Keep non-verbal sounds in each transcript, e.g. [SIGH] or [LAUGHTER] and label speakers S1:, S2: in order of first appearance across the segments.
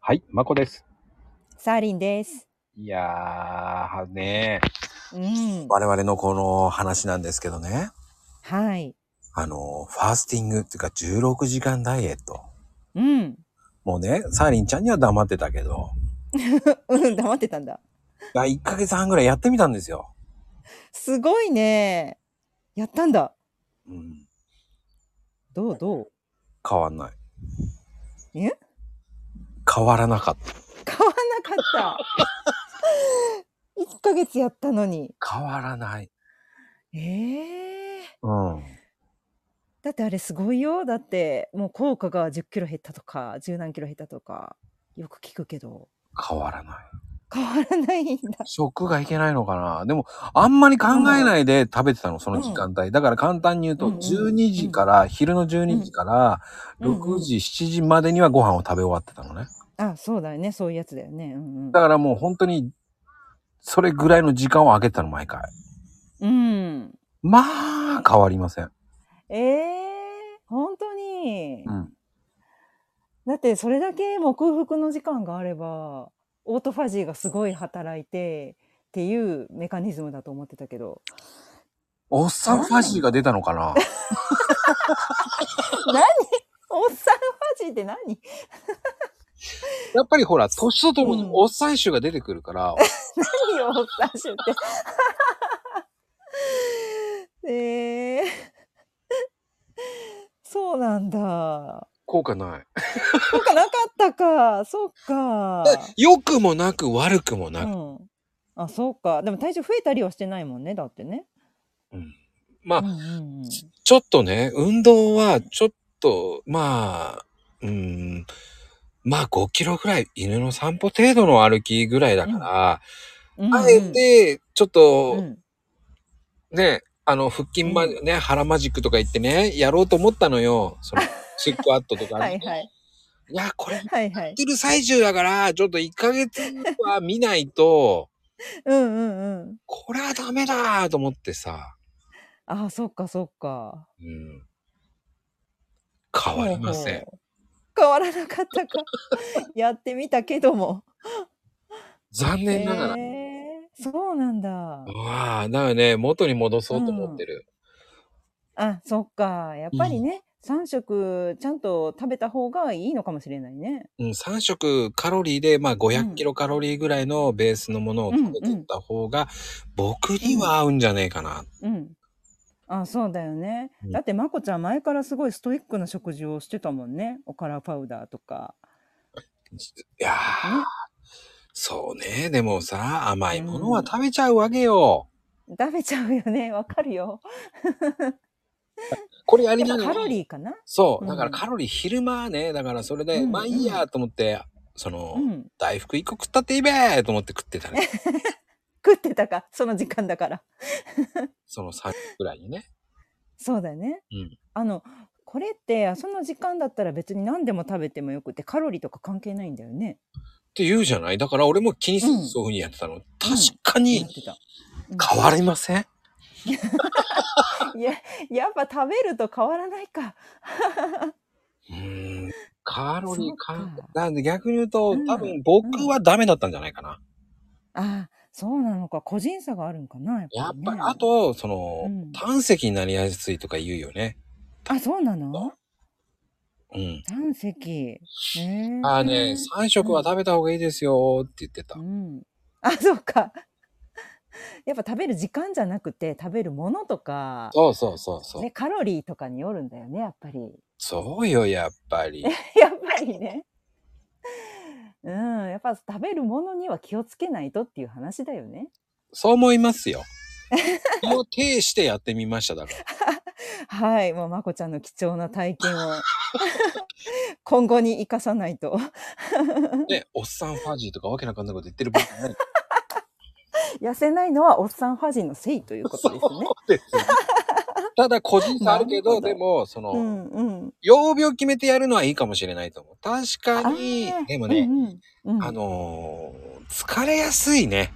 S1: はい、まこです。
S2: サーリンです。
S1: いやー、ね
S2: うん。
S3: 我々のこの話なんですけどね。
S2: はい。
S3: あの、ファースティングっていうか16時間ダイエット。
S2: うん。
S3: もうね、サーリンちゃんには黙ってたけど。
S2: うん、黙ってたんだ。
S3: いや、1ヶ月半ぐらいやってみたんですよ。
S2: すごいね。やったんだ。
S3: うん。
S2: どうどう。
S3: 変わんない
S2: え
S3: 変わらなかった。
S2: 変わらなかった。1ヶ [LAUGHS] 月やったのに。
S3: 変わらない。
S2: ええ
S3: ー、うん。
S2: だってあれすごいよ。だってもう効果が10キロ減ったとか、十何キロ減ったとか、よく聞くけど。
S3: 変わらない。
S2: 変わらないんだ。
S3: 食がいけないのかなでも、あんまり考えないで食べてたの、その時間帯。うん、だから簡単に言うと、うんうん、12時から、うん、昼の12時から、6時、7時までにはご飯を食べ終わってたのね。
S2: あ、そうだよね。そういうやつだよね。うんうん、
S3: だからもう本当に、それぐらいの時間を空けてたの、毎回。
S2: うん。
S3: まあ、変わりません。
S2: ええー、本当に。
S3: うん。
S2: だって、それだけも空腹の時間があれば、オートファジーがすごい働いてっていうメカニズムだと思ってたけ [LAUGHS] ど
S3: おっさんファジーが出たのかな
S2: 何おっさんファジーって何
S3: [LAUGHS] やっぱりほら年とともにおっさん臭が出てくるから、うん、
S2: 何よおっさん臭 [LAUGHS] ってえー、そうなんだ
S3: 効果ない。
S2: 効果なかったか。そう [LAUGHS] か。、
S3: 良くもなく悪くもなく。うん
S2: あ、そうか。でも体重増えたりはしてないもんね。だってね。
S3: うん。まあ、うんうんうん、ちょっとね、運動はちょっと、まあ、うん、まあ5キロぐらい、犬の散歩程度の歩きぐらいだから、うん、あえて、ちょっと、うん、ね、あの、腹筋ま、ね、腹マジックとか言ってね、やろうと思ったのよ。そのシックアットとか、
S2: ね。はいはい。
S3: いや、これ、はいはい、ってる最中だから、ちょっと1ヶ月は見ないと、
S2: うんうんうん。
S3: これはダメだと思ってさ。
S2: ああ、そっかそっか。
S3: うん。変わりません。
S2: 変わらなかったか。 [LAUGHS] やってみたけども。
S3: 残念ながら。
S2: えー、そうなんだ。わ
S3: あ、だからね、元に戻そうと思ってる。
S2: うん、あ、そっか。やっぱりね。うん3食ちゃんと食べた方がいいのかもしれないね。
S3: うん、3食カロリーで、まあ、500キロカロリーぐらいのベースのものを食べてった方が、僕には合うんじゃねえかな。
S2: うん。うん、あそうだよね。うん、だって、まこちゃん前からすごいストイックな食事をしてたもんね。おからパウダーとか。
S3: いやー、ね、そうね。でもさ、甘いものは食べちゃうわけよ。
S2: うん、食べちゃうよね。わかるよ。
S3: これやりなが
S2: ら。カロリーかな
S3: そう。だからカロリー昼間ね、だからそれで、うんうん、まあいいやと思って、その、うん、大福一個食ったっていいべと思って食ってたね。
S2: 食ってたか、その時間だから。
S3: その3ぐらいにね。
S2: そうだよね。
S3: うん、
S2: あの、これって、その時間だったら別に何でも食べてもよくて、カロリーとか関係ないんだよね。
S3: って言うじゃないだから俺も気にせずそういうふうにやってたの。うん、確かに、変わりません
S2: いや、やっぱ食べると変わらないか。
S3: うん、カロリーか。なんで逆に言うと、うん、多分僕はダメだったんじゃないかな。
S2: うん、ああ、そうなのか。個人差があるんかな。
S3: やっぱり、ね、ぱりあと、その、うん、胆石になりやすいとか言うよね。
S2: あ、そうなの
S3: うん。
S2: 胆石。えー、
S3: ああね、3食は食べた方がいいですよって言ってた。
S2: うん、あ、そうか。やっぱ食べる時間じゃなくて食べるものとか
S3: そうそうそうそう、
S2: ね、カロリーとかによるんだよねやっぱり
S3: そうよやっぱり
S2: やっぱりね [LAUGHS] うんやっぱ食べるものには気をつけないとっていう話だよね
S3: そう思います
S2: [LAUGHS]
S3: よ気を呈してやってみましただから
S2: はいもうまこちゃんの貴重な体験を [LAUGHS] 今後に生かさないと
S3: ねおっさんファジーとかわけなかんないこと言ってる場合じゃない [LAUGHS]
S2: 痩せないのはおっさんファジーのせいということですね。
S3: すねただ個人差あるけど、どでも、その、
S2: うんうん、
S3: 曜日を決めてやるのはいいかもしれないと思う。確かに、でもね、
S2: うんうん、
S3: あのー、疲れやすいね。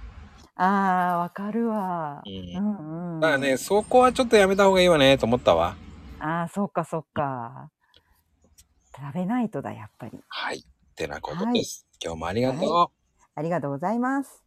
S2: ああ、わかるわ、
S3: うん。だからね、そこはちょっとやめた方がいいわね、と思ったわ。
S2: ああ、そっかそっか。食べないとだ、やっぱり。
S3: はい。ってなことです。今日もありがとう。
S2: ありがとうございます。